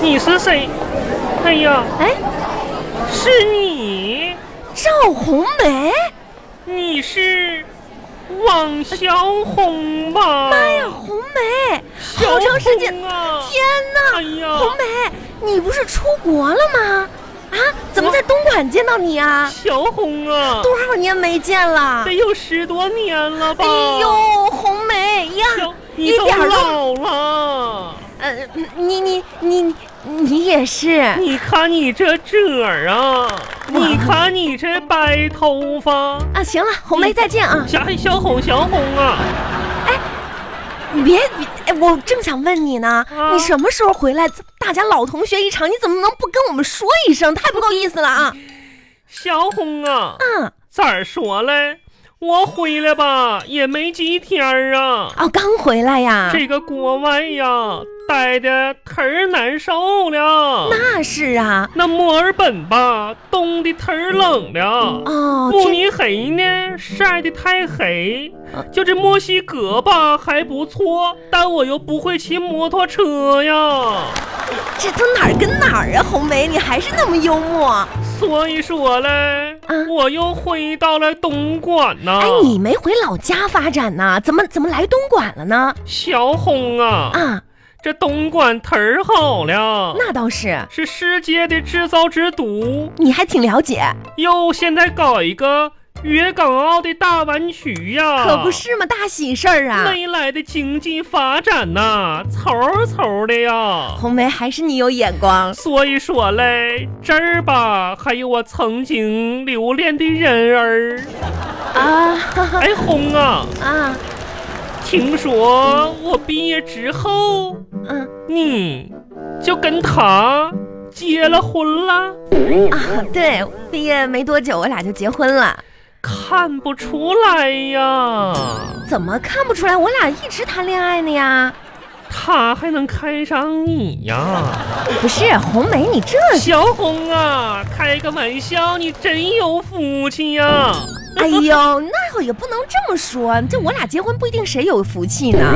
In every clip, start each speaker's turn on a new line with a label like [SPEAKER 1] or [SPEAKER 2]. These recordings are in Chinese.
[SPEAKER 1] 你是谁？哎呀，
[SPEAKER 2] 哎，
[SPEAKER 1] 是你，
[SPEAKER 2] 赵红梅！
[SPEAKER 1] 你是王小红吧？
[SPEAKER 2] 妈哎呀，红梅，好长时间！
[SPEAKER 1] 嗯小红啊
[SPEAKER 2] 天哪，
[SPEAKER 1] 哎呀
[SPEAKER 2] 红梅，你不是出国了吗？啊，怎么在东莞见到你啊？
[SPEAKER 1] 小红啊，
[SPEAKER 2] 多少年没见了
[SPEAKER 1] 得！有十多年了吧？
[SPEAKER 2] 哎呦，红梅呀
[SPEAKER 1] 小，，你
[SPEAKER 2] 一
[SPEAKER 1] 都
[SPEAKER 2] 点儿都……
[SPEAKER 1] 老了，
[SPEAKER 2] 呃，你你你你也是，啊
[SPEAKER 1] 你看你这褶儿啊，你看你这白头发。
[SPEAKER 2] 啊，行了，红
[SPEAKER 1] 嗯
[SPEAKER 2] 梅再见啊！
[SPEAKER 1] 小小红，小红啊，
[SPEAKER 2] 你别别，哎，我正想问你呢，
[SPEAKER 1] 啊
[SPEAKER 2] 你什么时候回来？怎么大家老同学一场，你怎么能不跟我们说一声？太不够意思了啊！
[SPEAKER 1] 小红啊，
[SPEAKER 2] 嗯，
[SPEAKER 1] 咋说嘞？我回来吧，也没几天儿啊，
[SPEAKER 2] 哦，刚回来呀，
[SPEAKER 1] 这个国外呀，待的忒儿难受了。
[SPEAKER 2] 那是啊，
[SPEAKER 1] 那墨尔本吧，冻的忒儿冷了。
[SPEAKER 2] 哦，
[SPEAKER 1] 慕
[SPEAKER 2] 这
[SPEAKER 1] 尼黑呢，晒的太黑。
[SPEAKER 2] 啊
[SPEAKER 1] 就这墨西哥吧，还不错，但我又不会骑摩托车呀。
[SPEAKER 2] 这都哪儿跟哪儿啊？红梅，你还是那么幽默。
[SPEAKER 1] 所以说嘞，
[SPEAKER 2] 嗯
[SPEAKER 1] 我又回到了东莞呐、
[SPEAKER 2] 哎，你没回老家发展呐？怎么怎么来东莞了呢？
[SPEAKER 1] 小红啊，
[SPEAKER 2] 啊，
[SPEAKER 1] 这东莞忒儿好了，
[SPEAKER 2] 那倒是，
[SPEAKER 1] 是世界的制造之都。
[SPEAKER 2] 你还挺了解，
[SPEAKER 1] 又现在搞一个粤港澳的大湾区呀，
[SPEAKER 2] 可不。是嘛，大喜事儿啊！
[SPEAKER 1] 未来的经济发展呐、嗖嗖的呀。
[SPEAKER 2] 红梅，还是你有眼光。
[SPEAKER 1] 所以说嘞，这儿吧，还有我曾经留恋的人儿。
[SPEAKER 2] 啊 哈哈
[SPEAKER 1] 哎，红啊，
[SPEAKER 2] 啊，
[SPEAKER 1] 听说我毕业之后，
[SPEAKER 2] 嗯
[SPEAKER 1] 你就跟他结了婚了。
[SPEAKER 2] 啊，对，毕业没多久，我俩就结婚了。
[SPEAKER 1] 看不出来呀，
[SPEAKER 2] 怎么看不出来我俩一直谈恋爱呢呀？
[SPEAKER 1] 他还能看上你呀，
[SPEAKER 2] 不是红梅，你这……
[SPEAKER 1] 小红啊，开个玩笑，你真有福气呀。
[SPEAKER 2] 哎呦，那也不能这么说，这我俩结婚不一定谁有福气呢。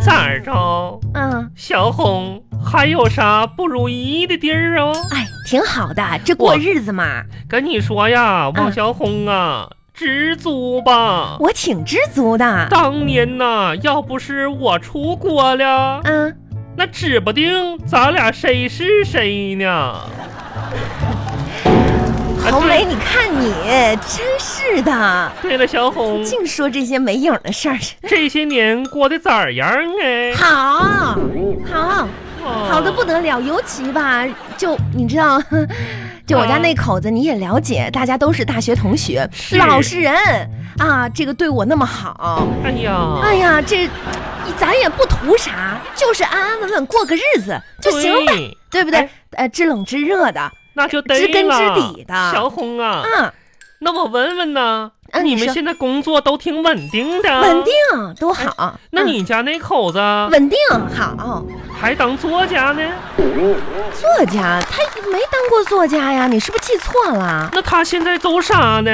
[SPEAKER 1] 咋着，
[SPEAKER 2] 嗯，
[SPEAKER 1] 小红还有啥不如意的地儿啊？
[SPEAKER 2] 哎，挺好的，这过日子嘛，
[SPEAKER 1] 跟你说呀，王小红啊，知足吧。
[SPEAKER 2] 我挺知足的。
[SPEAKER 1] 当年呐、要不是我出国了，
[SPEAKER 2] 嗯，
[SPEAKER 1] 那指不定咱俩谁是谁呢。啊
[SPEAKER 2] 红
[SPEAKER 1] 对
[SPEAKER 2] 梅，你看你真是的，
[SPEAKER 1] 对了，小红，
[SPEAKER 2] 净说这些没影儿的事儿。
[SPEAKER 1] 这些年过得咋样哎？
[SPEAKER 2] 好，好，
[SPEAKER 1] 啊
[SPEAKER 2] 好的不得了，尤其吧，就你知道， 就我家那口子你也了解，大家都是大学同学，
[SPEAKER 1] 是
[SPEAKER 2] 老实人啊，这个对我那么好，
[SPEAKER 1] 哎呀，
[SPEAKER 2] 哎呀，这咱也不图啥，就是安安稳稳过个日子就行呗，
[SPEAKER 1] 呗，
[SPEAKER 2] 对不对
[SPEAKER 1] 哎？啊
[SPEAKER 2] 呃，知冷知热的，
[SPEAKER 1] 那就得了
[SPEAKER 2] 知根知底的
[SPEAKER 1] 小红啊，
[SPEAKER 2] 嗯，
[SPEAKER 1] 那我问问呢，
[SPEAKER 2] 啊
[SPEAKER 1] 你
[SPEAKER 2] 你
[SPEAKER 1] 们
[SPEAKER 2] 说
[SPEAKER 1] 现在工作都挺稳定的，
[SPEAKER 2] 稳。定多好。
[SPEAKER 1] 啊哎那
[SPEAKER 2] 嗯
[SPEAKER 1] 你家那口子
[SPEAKER 2] 稳定好，
[SPEAKER 1] 还当作家呢？
[SPEAKER 2] 作家他没当过作家呀，你是不是记错了？
[SPEAKER 1] 那他现在做啥呢？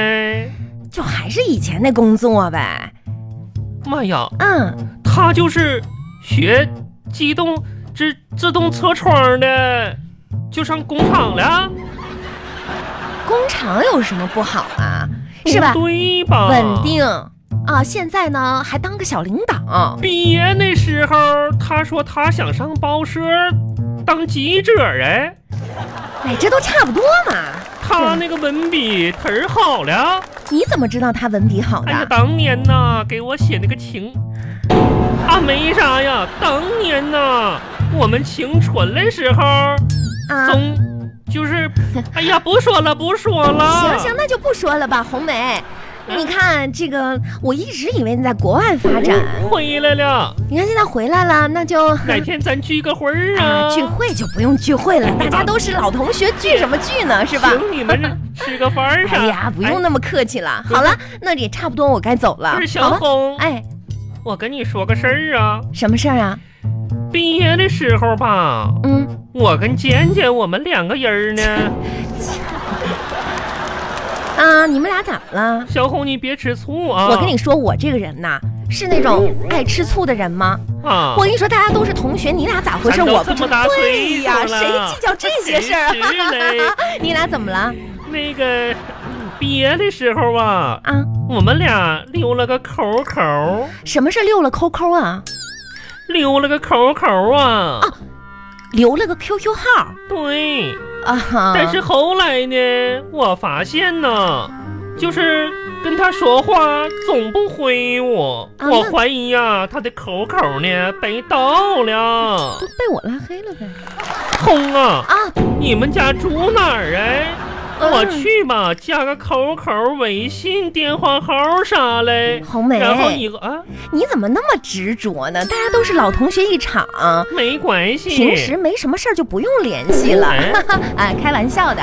[SPEAKER 2] 就还是以前那工作呗。
[SPEAKER 1] 妈呀，
[SPEAKER 2] 嗯，
[SPEAKER 1] 他就是学机动自自动车窗的，就上工厂了，
[SPEAKER 2] 工厂有什么不好啊？是吧
[SPEAKER 1] 不？对吧？
[SPEAKER 2] 稳。定啊，现在呢还当个小领导。
[SPEAKER 1] 毕业那时候，他说他想上报社当记者哎，
[SPEAKER 2] 哎，这都差不多嘛。
[SPEAKER 1] 他那个文笔忒儿好了。
[SPEAKER 2] 你怎么知道他文笔好
[SPEAKER 1] 哎呀，
[SPEAKER 2] 的？
[SPEAKER 1] 当年呐，给我写那个情啊，没啥呀。当年呐，我们情纯的时候，
[SPEAKER 2] 啊，
[SPEAKER 1] 总就是，哎呀，不说了，不说了。 嗯
[SPEAKER 2] 行行，那就不说了吧，红梅。你看这个，我一直以为你在国外发展，
[SPEAKER 1] 回来了，
[SPEAKER 2] 你看现在回来了，那就
[SPEAKER 1] 哪天咱聚个会儿啊？
[SPEAKER 2] 啊，聚会就不用聚 会了，大家都是老同学，聚什么聚呢？是吧？
[SPEAKER 1] 请你们吃个饭儿啥？
[SPEAKER 2] 哎呀，不用
[SPEAKER 1] 哎
[SPEAKER 2] 那么客气了。好了，那也差不多，我该走了。
[SPEAKER 1] 不是
[SPEAKER 2] 好
[SPEAKER 1] 小
[SPEAKER 2] 吧？
[SPEAKER 1] 红，
[SPEAKER 2] 哎，
[SPEAKER 1] 我跟你说个事儿啊。
[SPEAKER 2] 什么事儿啊？
[SPEAKER 1] 毕业的时候吧，
[SPEAKER 2] 嗯，
[SPEAKER 1] 我跟简简我们两个人呢。
[SPEAKER 2] 啊，你们俩咋了？
[SPEAKER 1] 小红，你别吃醋啊！啊
[SPEAKER 2] 我跟你说，我这个人呐，是那种爱吃醋的人吗？
[SPEAKER 1] 嗯啊，
[SPEAKER 2] 我跟你说，大家都是同学，你俩咋回事？
[SPEAKER 1] 咱都
[SPEAKER 2] 我不
[SPEAKER 1] 这
[SPEAKER 2] 知
[SPEAKER 1] 么大
[SPEAKER 2] 道。对呀，
[SPEAKER 1] 岁数了哎
[SPEAKER 2] 谁计较这些事儿
[SPEAKER 1] 谁知嘞
[SPEAKER 2] 啊？你俩怎么了
[SPEAKER 1] 那个别的时候啊，
[SPEAKER 2] 啊？
[SPEAKER 1] 我们俩溜了个口口，
[SPEAKER 2] 什么是溜了 QQ 啊？
[SPEAKER 1] 溜了个口口啊。
[SPEAKER 2] 留了个 QQ 号
[SPEAKER 1] 对，
[SPEAKER 2] 啊哈？
[SPEAKER 1] 但是后来呢，我发现呢，就是跟他说话总不回我，
[SPEAKER 2] 啊
[SPEAKER 1] 我
[SPEAKER 2] 那
[SPEAKER 1] 怀疑呀、他的口口呢被盗 了。
[SPEAKER 2] 都被我拉黑了呗？
[SPEAKER 1] 空啊，
[SPEAKER 2] 啊，
[SPEAKER 1] 你们家住哪儿啊？
[SPEAKER 2] 嗯
[SPEAKER 1] 我，去吧，加个 QQ、微信、电话号啥嘞。
[SPEAKER 2] 红梅，
[SPEAKER 1] 然后你啊，
[SPEAKER 2] 你怎么那么执着呢？大家都是老同学一场，
[SPEAKER 1] 没关系。
[SPEAKER 2] 平时没什么事儿就不用联系了
[SPEAKER 1] 哎，
[SPEAKER 2] 啊，开玩笑的。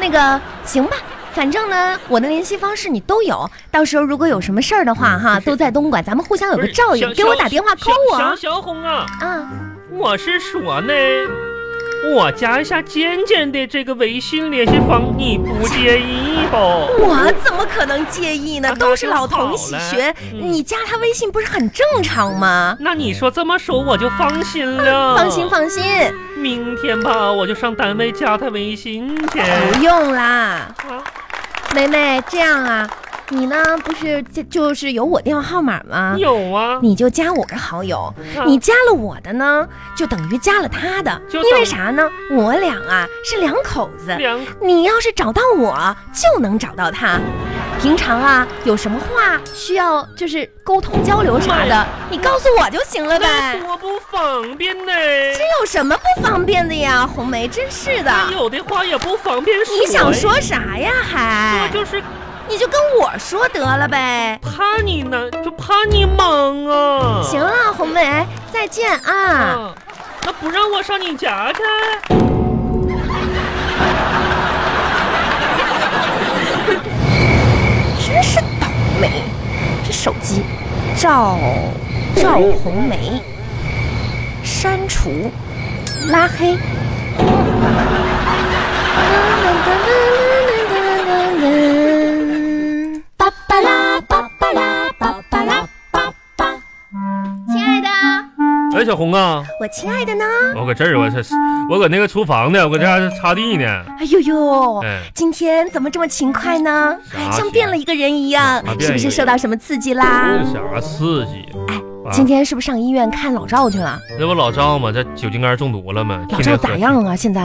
[SPEAKER 2] 那个行吧，反正呢，我的联系方式你都有，到时候如果有什么事儿的话哈，都在东莞，咱们互相有
[SPEAKER 1] 嗯不
[SPEAKER 2] 个
[SPEAKER 1] 是
[SPEAKER 2] 照应，
[SPEAKER 1] 小
[SPEAKER 2] 给我打电话 call 我
[SPEAKER 1] 小小
[SPEAKER 2] 啊
[SPEAKER 1] 小红啊，
[SPEAKER 2] 啊。
[SPEAKER 1] 我是说呢，我加一下尖尖的这个微信联系方，你不介意吧？
[SPEAKER 2] 我怎么可能介意呢？
[SPEAKER 1] 啊那
[SPEAKER 2] 都是老
[SPEAKER 1] 就好
[SPEAKER 2] 同
[SPEAKER 1] 了
[SPEAKER 2] 学，
[SPEAKER 1] 嗯
[SPEAKER 2] 你加他微信不是很正常吗？
[SPEAKER 1] 那你说这么说我就放心了。
[SPEAKER 2] 放心，放心，
[SPEAKER 1] 明天吧，我就上单位加他微信去。
[SPEAKER 2] 不用啦。
[SPEAKER 1] 啊
[SPEAKER 2] 梅梅，这样啊，你呢不是就就是有我电话号码吗？
[SPEAKER 1] 有啊，
[SPEAKER 2] 你就加我个好友，
[SPEAKER 1] 啊
[SPEAKER 2] 你加了我的呢，就等于加了他的，
[SPEAKER 1] 就
[SPEAKER 2] 因为
[SPEAKER 1] 等
[SPEAKER 2] 啥呢？我俩啊是两口子，
[SPEAKER 1] 两
[SPEAKER 2] 你要是找到我，就能找到他。平常啊，有什么话需要就是沟通交流啥
[SPEAKER 1] 妈
[SPEAKER 2] 的，你告诉我就行了呗
[SPEAKER 1] 那。多不方便呢。
[SPEAKER 2] 这有什么不方便的呀？红梅，真是的，
[SPEAKER 1] 哎有的话也不方便说。
[SPEAKER 2] 你想说啥呀？还
[SPEAKER 1] 我就是
[SPEAKER 2] 你就跟我说得了呗。
[SPEAKER 1] 怕你呢，就怕你忙啊。
[SPEAKER 2] 行了，红梅，再见啊！
[SPEAKER 1] 啊，那不让我上你家去？
[SPEAKER 2] 真是倒霉，这手机，赵赵红梅，删除，拉黑。
[SPEAKER 3] 巴巴拉巴巴拉巴巴拉巴巴。
[SPEAKER 2] 亲爱的，
[SPEAKER 1] 哎，小红啊，
[SPEAKER 2] 我亲爱的呢？
[SPEAKER 1] 我搁这儿，我这我搁那个厨房呢，我搁这儿擦地呢。
[SPEAKER 2] 哎呦呦！
[SPEAKER 1] 哎，
[SPEAKER 2] 今天怎么这么勤快呢？
[SPEAKER 1] 啥
[SPEAKER 2] 像变了一个人一样
[SPEAKER 1] 啊，变
[SPEAKER 2] 是
[SPEAKER 1] 一
[SPEAKER 2] 不
[SPEAKER 1] 个
[SPEAKER 2] 是
[SPEAKER 1] 人
[SPEAKER 2] 受到什么刺激啦？
[SPEAKER 1] 有啥刺激？啊
[SPEAKER 2] 今天是不是上医院看老赵去了？
[SPEAKER 1] 那不老赵嘛，这酒精肝中毒了嘛？
[SPEAKER 2] 老
[SPEAKER 1] 天天
[SPEAKER 2] 赵
[SPEAKER 1] 喝
[SPEAKER 2] 咋样啊？现在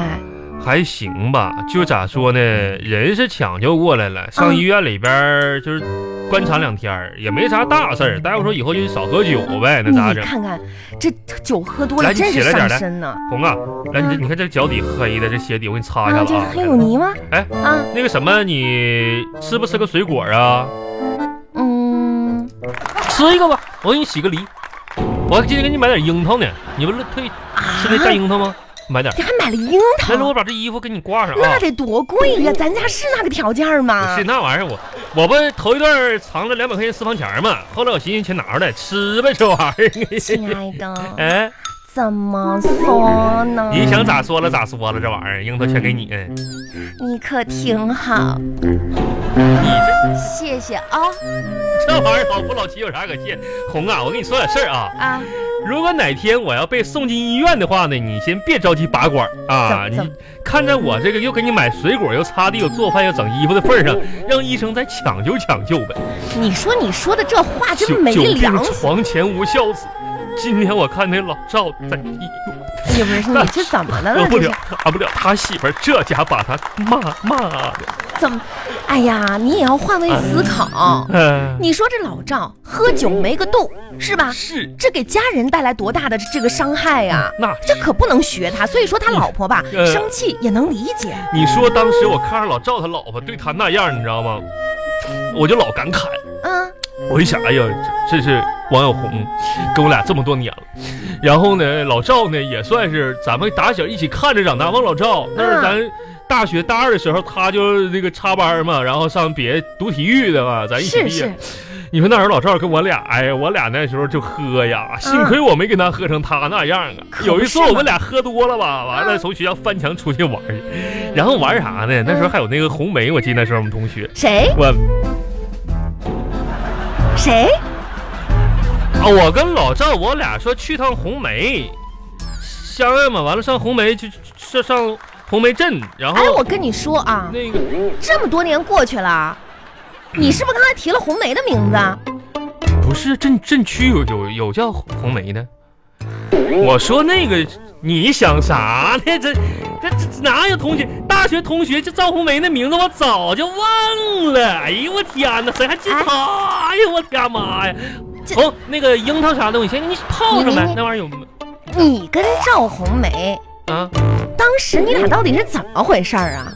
[SPEAKER 1] 还行吧，就咋说呢，人是抢救过来了，上
[SPEAKER 2] 嗯
[SPEAKER 1] 医院里边儿就是观察两天儿，也没啥大事儿。大夫说以后就少喝酒呗，那
[SPEAKER 2] 你
[SPEAKER 1] 咋整？
[SPEAKER 2] 看看这酒喝多了
[SPEAKER 1] 来你
[SPEAKER 2] 真是
[SPEAKER 1] 起来点
[SPEAKER 2] 伤
[SPEAKER 1] 儿
[SPEAKER 2] 身呢。
[SPEAKER 1] 红啊，来你这
[SPEAKER 2] 嗯
[SPEAKER 1] 你看这脚底黑的，这鞋底我给你擦一下
[SPEAKER 2] 啊，这
[SPEAKER 1] 子
[SPEAKER 2] 是
[SPEAKER 1] 啊。
[SPEAKER 2] 黑乳泥吗？
[SPEAKER 1] 哎
[SPEAKER 2] 啊，
[SPEAKER 1] 那个什么，你吃不吃个水果啊？
[SPEAKER 2] 嗯，
[SPEAKER 1] 吃一个吧，我给你洗个梨。我今天给你买点樱桃呢，你不是特意吃那带樱桃吗？买点儿。
[SPEAKER 2] 啊你还买了樱
[SPEAKER 1] 来，我
[SPEAKER 2] 桃，
[SPEAKER 1] 把这衣服给你挂上啊
[SPEAKER 2] 那。得多贵呀！咱家是那个条件
[SPEAKER 1] 不
[SPEAKER 2] 吗
[SPEAKER 1] 是？那玩意儿，我我不头一段儿藏了两百块钱私房钱儿嘛，后来我寻思全拿出来吃呗，这玩意儿。
[SPEAKER 2] 亲爱的，
[SPEAKER 1] 哎，
[SPEAKER 2] 怎么说呢？
[SPEAKER 1] 你想咋说了咋说了，这玩意儿樱桃全给你。哎
[SPEAKER 2] 你可挺好，
[SPEAKER 1] 你这
[SPEAKER 2] 谢谢啊
[SPEAKER 1] 这玩意儿老夫老妻有啥可谢？红啊，我跟你说点事儿啊，
[SPEAKER 2] 啊！
[SPEAKER 1] 如果哪天我要被送进医院的话呢，你先别着急拔管儿啊，
[SPEAKER 2] 怎
[SPEAKER 1] 你
[SPEAKER 2] 怎
[SPEAKER 1] 看在我这个又给你买水果又擦地又做饭又整衣服的份儿上，让医生再抢救抢救呗。
[SPEAKER 2] 你说你说的这话
[SPEAKER 1] 久
[SPEAKER 2] 真没
[SPEAKER 1] 久病
[SPEAKER 2] 良心！
[SPEAKER 1] 床前无孝子，今天我看那老赵在
[SPEAKER 2] 嗯
[SPEAKER 1] 医院。
[SPEAKER 2] 也不是你这怎么了
[SPEAKER 1] 受呃
[SPEAKER 2] 呢？
[SPEAKER 1] 不
[SPEAKER 2] 这是
[SPEAKER 1] 了，打不了，他媳妇儿这家把他骂骂的，
[SPEAKER 2] 怎么？哎呀，你也要换位思考。
[SPEAKER 1] 嗯、
[SPEAKER 2] 你说这老赵喝酒没个度是吧？
[SPEAKER 1] 是
[SPEAKER 2] 这给家人带来多大的这个伤害呀、
[SPEAKER 1] 那
[SPEAKER 2] 这可不能学他，所以说他老婆吧，
[SPEAKER 1] 呃
[SPEAKER 2] 生气也能理解。
[SPEAKER 1] 你说当时我看着老赵他老婆对他那样儿，你知道吗？我就老感慨，
[SPEAKER 2] 嗯，
[SPEAKER 1] 我一想，哎呀，这这是王小红，跟我俩这么多年了。然后呢，老赵呢也算是咱们打小一起看着长大。忘老赵
[SPEAKER 2] 嗯
[SPEAKER 1] 那是咱大学大二的时候，他就那个插班儿嘛，然后上别读体育的嘛，咱一起
[SPEAKER 2] 是
[SPEAKER 1] 毕业
[SPEAKER 2] 是。，
[SPEAKER 1] 你说那时候老赵跟我俩，哎呀，我俩那时候就喝呀，幸亏我没跟他喝成他那样啊。
[SPEAKER 2] 嗯可不是嘛嗯
[SPEAKER 1] 有一次我们俩喝多了吧，完了从学校翻墙出去玩去，然后玩啥呢？
[SPEAKER 2] 嗯
[SPEAKER 1] 那时候还有那个红梅，我记得那啊时候我们同学，
[SPEAKER 2] 谁
[SPEAKER 1] 我
[SPEAKER 2] 谁
[SPEAKER 1] 啊，我跟老赵我俩说去趟红梅，相爱嘛，完了上红梅去上上红梅镇，然
[SPEAKER 2] 哎，
[SPEAKER 1] 后
[SPEAKER 2] 我跟你说啊，
[SPEAKER 1] 哦那个
[SPEAKER 2] 这么多年过去了，你是不是刚才提了红梅的名字啊？
[SPEAKER 1] 不是镇镇区有有有叫红梅的，我说那个你想啥呢？这这这哪有同学？大学同学这赵红梅那名字我早就忘了。哎呦我天哪，谁还记
[SPEAKER 2] 哎
[SPEAKER 1] 他呀？我天妈呀！
[SPEAKER 2] 这
[SPEAKER 1] 哦，那个樱桃啥的，我先你泡上
[SPEAKER 2] 你
[SPEAKER 1] 呗
[SPEAKER 2] 你，
[SPEAKER 1] 那玩意儿有没
[SPEAKER 2] 你跟赵红梅
[SPEAKER 1] 啊？
[SPEAKER 2] 当时你俩到底是怎么回事儿啊？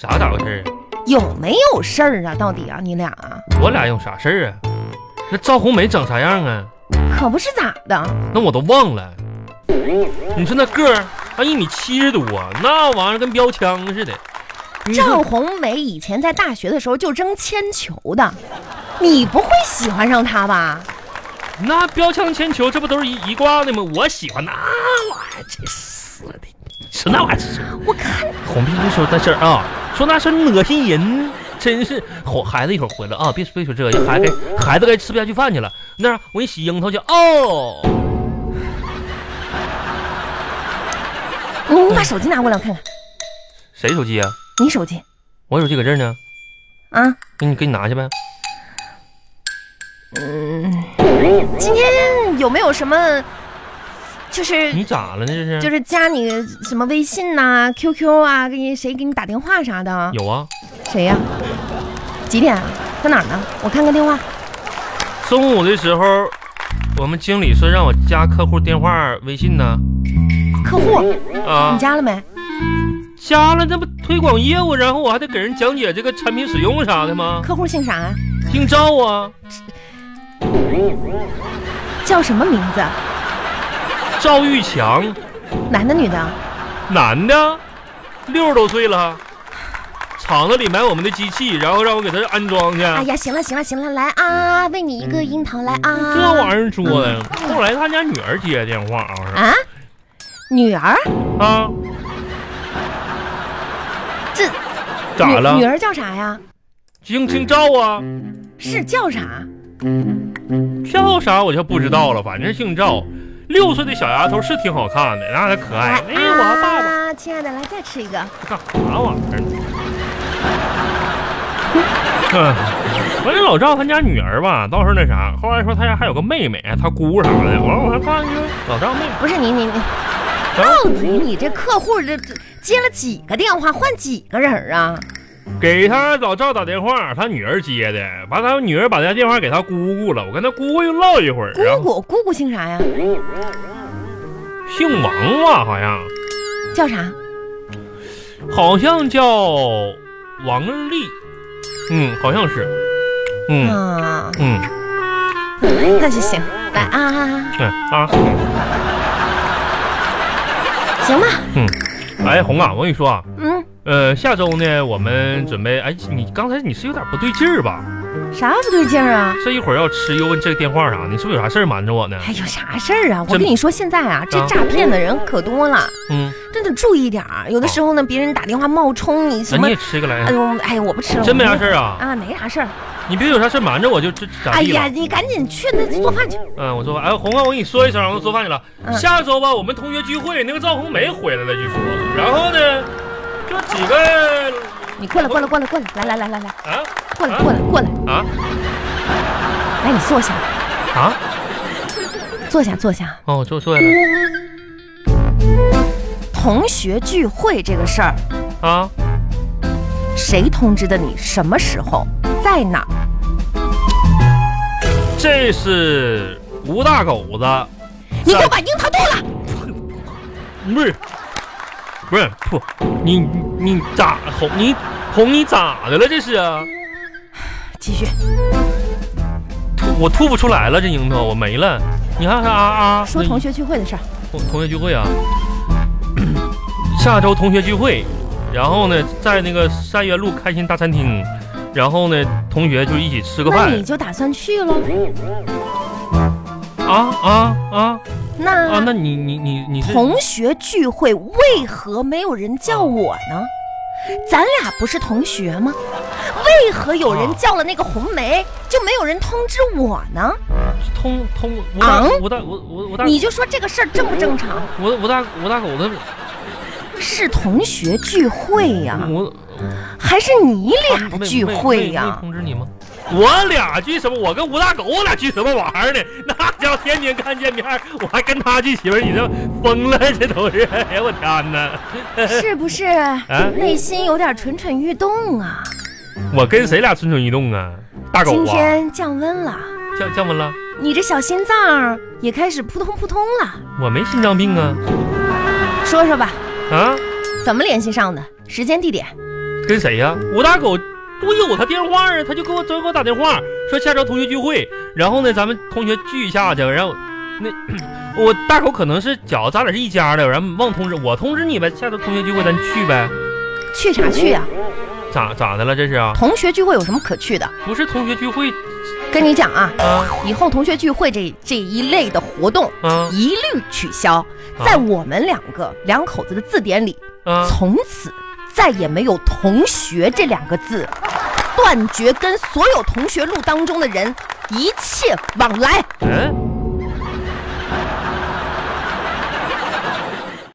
[SPEAKER 1] 啥咋回事儿啊？
[SPEAKER 2] 有没有事儿啊？到底啊，你俩啊，
[SPEAKER 1] 我俩有啥事儿啊？那赵红梅长啥样啊？
[SPEAKER 2] 可不是咋的？
[SPEAKER 1] 那我都忘了。你说那个儿，啊一米七十多，那玩意儿跟标枪似的。你说
[SPEAKER 2] 赵红梅以前在大学的时候就争铅球的，你不会喜欢上她吧？
[SPEAKER 1] 那标枪铅球，这不都是一一挂的吗？我喜欢那玩意儿，真是的，是那玩意儿。
[SPEAKER 2] 我看
[SPEAKER 1] 红别别说那事儿啊，说那事儿恶心人，真是。哄孩子一会儿回来啊，别别说这个，孩子该孩子该吃不下去饭去了。那儿我给你洗樱桃去哦。
[SPEAKER 2] 你你把手机拿过来，我看看
[SPEAKER 1] 谁手机啊？
[SPEAKER 2] 你手机
[SPEAKER 1] 我手机搁这儿呢，
[SPEAKER 2] 啊。
[SPEAKER 1] 给你给你拿去呗。
[SPEAKER 2] 今天有没有什么，就是
[SPEAKER 1] 你咋了呢？这是？
[SPEAKER 2] 就是加你什么微信呐、QQ 啊，给你谁给你打电话啥的？
[SPEAKER 1] 有啊，
[SPEAKER 2] 谁呀、几点啊？在哪儿呢？我看看电话。
[SPEAKER 1] 中午的时候，我们经理说让我加客户电话、微信呢。
[SPEAKER 2] 客户，
[SPEAKER 1] 啊
[SPEAKER 2] 你，加了没？
[SPEAKER 1] 加了，那不推广业务，然后我还得给人讲解这个产品使用啥的吗？
[SPEAKER 2] 客户姓啥啊？
[SPEAKER 1] 姓赵啊，
[SPEAKER 2] 叫什么名字？
[SPEAKER 1] 赵玉强，
[SPEAKER 2] 男的女的？
[SPEAKER 1] 男的，六十多岁了，厂子里买我们的机器，然后让我给他安装去。
[SPEAKER 2] 哎呀，行了行了行了，来啊，喂你一个樱桃，来啊。
[SPEAKER 1] 嗯这玩意儿说的，后来他家女儿接电话啊，
[SPEAKER 2] 啊？女儿？
[SPEAKER 1] 啊，
[SPEAKER 2] 这
[SPEAKER 1] 咋了
[SPEAKER 2] 女女？儿叫啥呀？
[SPEAKER 1] 姓姓赵啊，
[SPEAKER 2] 是叫啥？
[SPEAKER 1] 叫啥我就不知道了，反正姓赵。六岁的小丫头是挺好看的，那还可爱。
[SPEAKER 2] 嗯
[SPEAKER 1] 哎，我还爸爸
[SPEAKER 2] 啊，亲爱的，来再吃一个。
[SPEAKER 1] 干啥玩意儿？嗯，完了，老赵他家女儿吧，倒是那啥，后来说他家还有个妹妹，他姑啥的。完了，我还看说老赵妹妹，
[SPEAKER 2] 不是你你你，
[SPEAKER 1] 啊
[SPEAKER 2] 到底你这客户这这接了几个电话，换几个人儿啊？
[SPEAKER 1] 给他老赵打电话，他女儿接的，完他女儿把他电话给他姑姑了，我跟他姑姑又唠一会儿，然
[SPEAKER 2] 姑
[SPEAKER 1] 后
[SPEAKER 2] 姑姑姑姓啥呀？
[SPEAKER 1] 姓王吧，好像
[SPEAKER 2] 叫啥？
[SPEAKER 1] 好像叫王丽，嗯，好像是，嗯
[SPEAKER 2] 啊，
[SPEAKER 1] 嗯，
[SPEAKER 2] 那就行，来啊，
[SPEAKER 1] 对啊。
[SPEAKER 2] 啊行吧，
[SPEAKER 1] 哎，红啊，我跟你说啊，
[SPEAKER 2] 嗯，
[SPEAKER 1] 呃，下周呢，我们准备，哎，你刚才你是有点不对劲儿吧？
[SPEAKER 2] 啥不对劲儿啊？
[SPEAKER 1] 这一会儿要吃又问这个电话啥，你是不是有啥事儿瞒着我呢？
[SPEAKER 2] 哎，有啥事儿啊？我
[SPEAKER 1] 真
[SPEAKER 2] 跟你说，现在啊，这
[SPEAKER 1] 啊
[SPEAKER 2] 诈骗的人可多了，
[SPEAKER 1] 嗯，
[SPEAKER 2] 真得注意点儿。有的时候呢，别人打电话冒充你
[SPEAKER 1] 那
[SPEAKER 2] 什么
[SPEAKER 1] 你也，吃一个来
[SPEAKER 2] 哎，呦，哎呦，我不吃了，
[SPEAKER 1] 真没啥
[SPEAKER 2] 我
[SPEAKER 1] 事儿啊？
[SPEAKER 2] 啊，没啥事儿。
[SPEAKER 1] 你别有啥事儿瞒着我就这咋
[SPEAKER 2] 哎
[SPEAKER 1] 地了？
[SPEAKER 2] 呀，你赶紧去那做饭去。
[SPEAKER 1] 嗯，我做饭。哎，红啊，我跟你说一声，我做饭去了。
[SPEAKER 2] 嗯
[SPEAKER 1] 下周吧，我们同学聚会，那个赵红梅回来了，据说。然后呢，这几个
[SPEAKER 2] 你过来，过来，过来，过来，来来来来来，
[SPEAKER 1] 啊
[SPEAKER 2] 过来，过来，过来，
[SPEAKER 1] 啊
[SPEAKER 2] 来，你坐下，
[SPEAKER 1] 啊，
[SPEAKER 2] 坐下，坐下。
[SPEAKER 1] 哦，坐坐下来
[SPEAKER 2] 同学聚会这个事儿，
[SPEAKER 1] 啊。
[SPEAKER 2] 谁通知的你？什么时候？在哪儿？
[SPEAKER 1] 这是吴大狗子，
[SPEAKER 2] 你给我把樱桃剁了！
[SPEAKER 1] 不是，不是，不，你你你咋红你红你咋的了？这是啊，
[SPEAKER 2] 继续
[SPEAKER 1] 吐我吐不出来了，这樱桃我没了。你看看啊啊，
[SPEAKER 2] 说
[SPEAKER 1] 那
[SPEAKER 2] 同学聚会的事儿。
[SPEAKER 1] 同同学聚会啊，下周同学聚会，然后呢，在那个三元路开心大餐厅，然后呢，同学就一起吃个
[SPEAKER 2] 那
[SPEAKER 1] 饭
[SPEAKER 2] 你就打算去喽？
[SPEAKER 1] 啊啊啊
[SPEAKER 2] 那
[SPEAKER 1] 啊！那你你你你是
[SPEAKER 2] 同学聚会为何没有人叫我呢？咱俩不是同学吗？为何有人叫了那个红梅，就没有人通知我呢？
[SPEAKER 1] 通通吴大
[SPEAKER 2] 昂
[SPEAKER 1] 吴大吴吴吴大
[SPEAKER 2] 你就说这个事儿正不正常？
[SPEAKER 1] 吴吴大吴大狗子
[SPEAKER 2] 是同学聚会呀、
[SPEAKER 1] 吴
[SPEAKER 2] 还是你俩
[SPEAKER 1] 他没
[SPEAKER 2] 的啊哎聚
[SPEAKER 1] 没
[SPEAKER 2] 会
[SPEAKER 1] 没
[SPEAKER 2] 呀、
[SPEAKER 1] 没通知你吗？我俩聚什么？我跟吴大狗，我俩聚什么玩意儿呢？ 那家伙天天看见面，我还跟他聚媳妇儿，你这疯了，这都是！哎呀，我天哪！啊
[SPEAKER 2] 是不是内心有点蠢蠢欲动啊？
[SPEAKER 1] 我跟谁俩蠢蠢欲动啊？大狗
[SPEAKER 2] 今
[SPEAKER 1] 啊，
[SPEAKER 2] 天降温了，
[SPEAKER 1] 降降温了？
[SPEAKER 2] 你这小心脏也开始扑通扑通了。
[SPEAKER 1] 我没心脏病啊
[SPEAKER 2] 说说吧，
[SPEAKER 1] 啊！
[SPEAKER 2] 怎么联系上的？时间、地点？
[SPEAKER 1] 跟谁呀、吴大狗，我有他电话啊，他就给我昨天给我打电话说下周同学聚会，然后呢咱们同学聚一下去，然后那 我大狗可能是觉咱俩是一家的，然后忘通知我通知你呗，下周同学聚会咱去呗，
[SPEAKER 2] 去啥去啊呀、
[SPEAKER 1] 咋咋的了这是啊？
[SPEAKER 2] 同学聚会有什么可去的？
[SPEAKER 1] 不是同学聚会
[SPEAKER 2] 跟你讲啊，
[SPEAKER 1] 啊
[SPEAKER 2] 以后同学聚会这这一类的活动
[SPEAKER 1] 啊
[SPEAKER 2] 一律取消，
[SPEAKER 1] 啊
[SPEAKER 2] 在我们两个两口子的字典里，
[SPEAKER 1] 啊！
[SPEAKER 2] 从此再也没有“同学”这两个字，断绝跟所有同学录当中的人一切往来。
[SPEAKER 1] 嗯，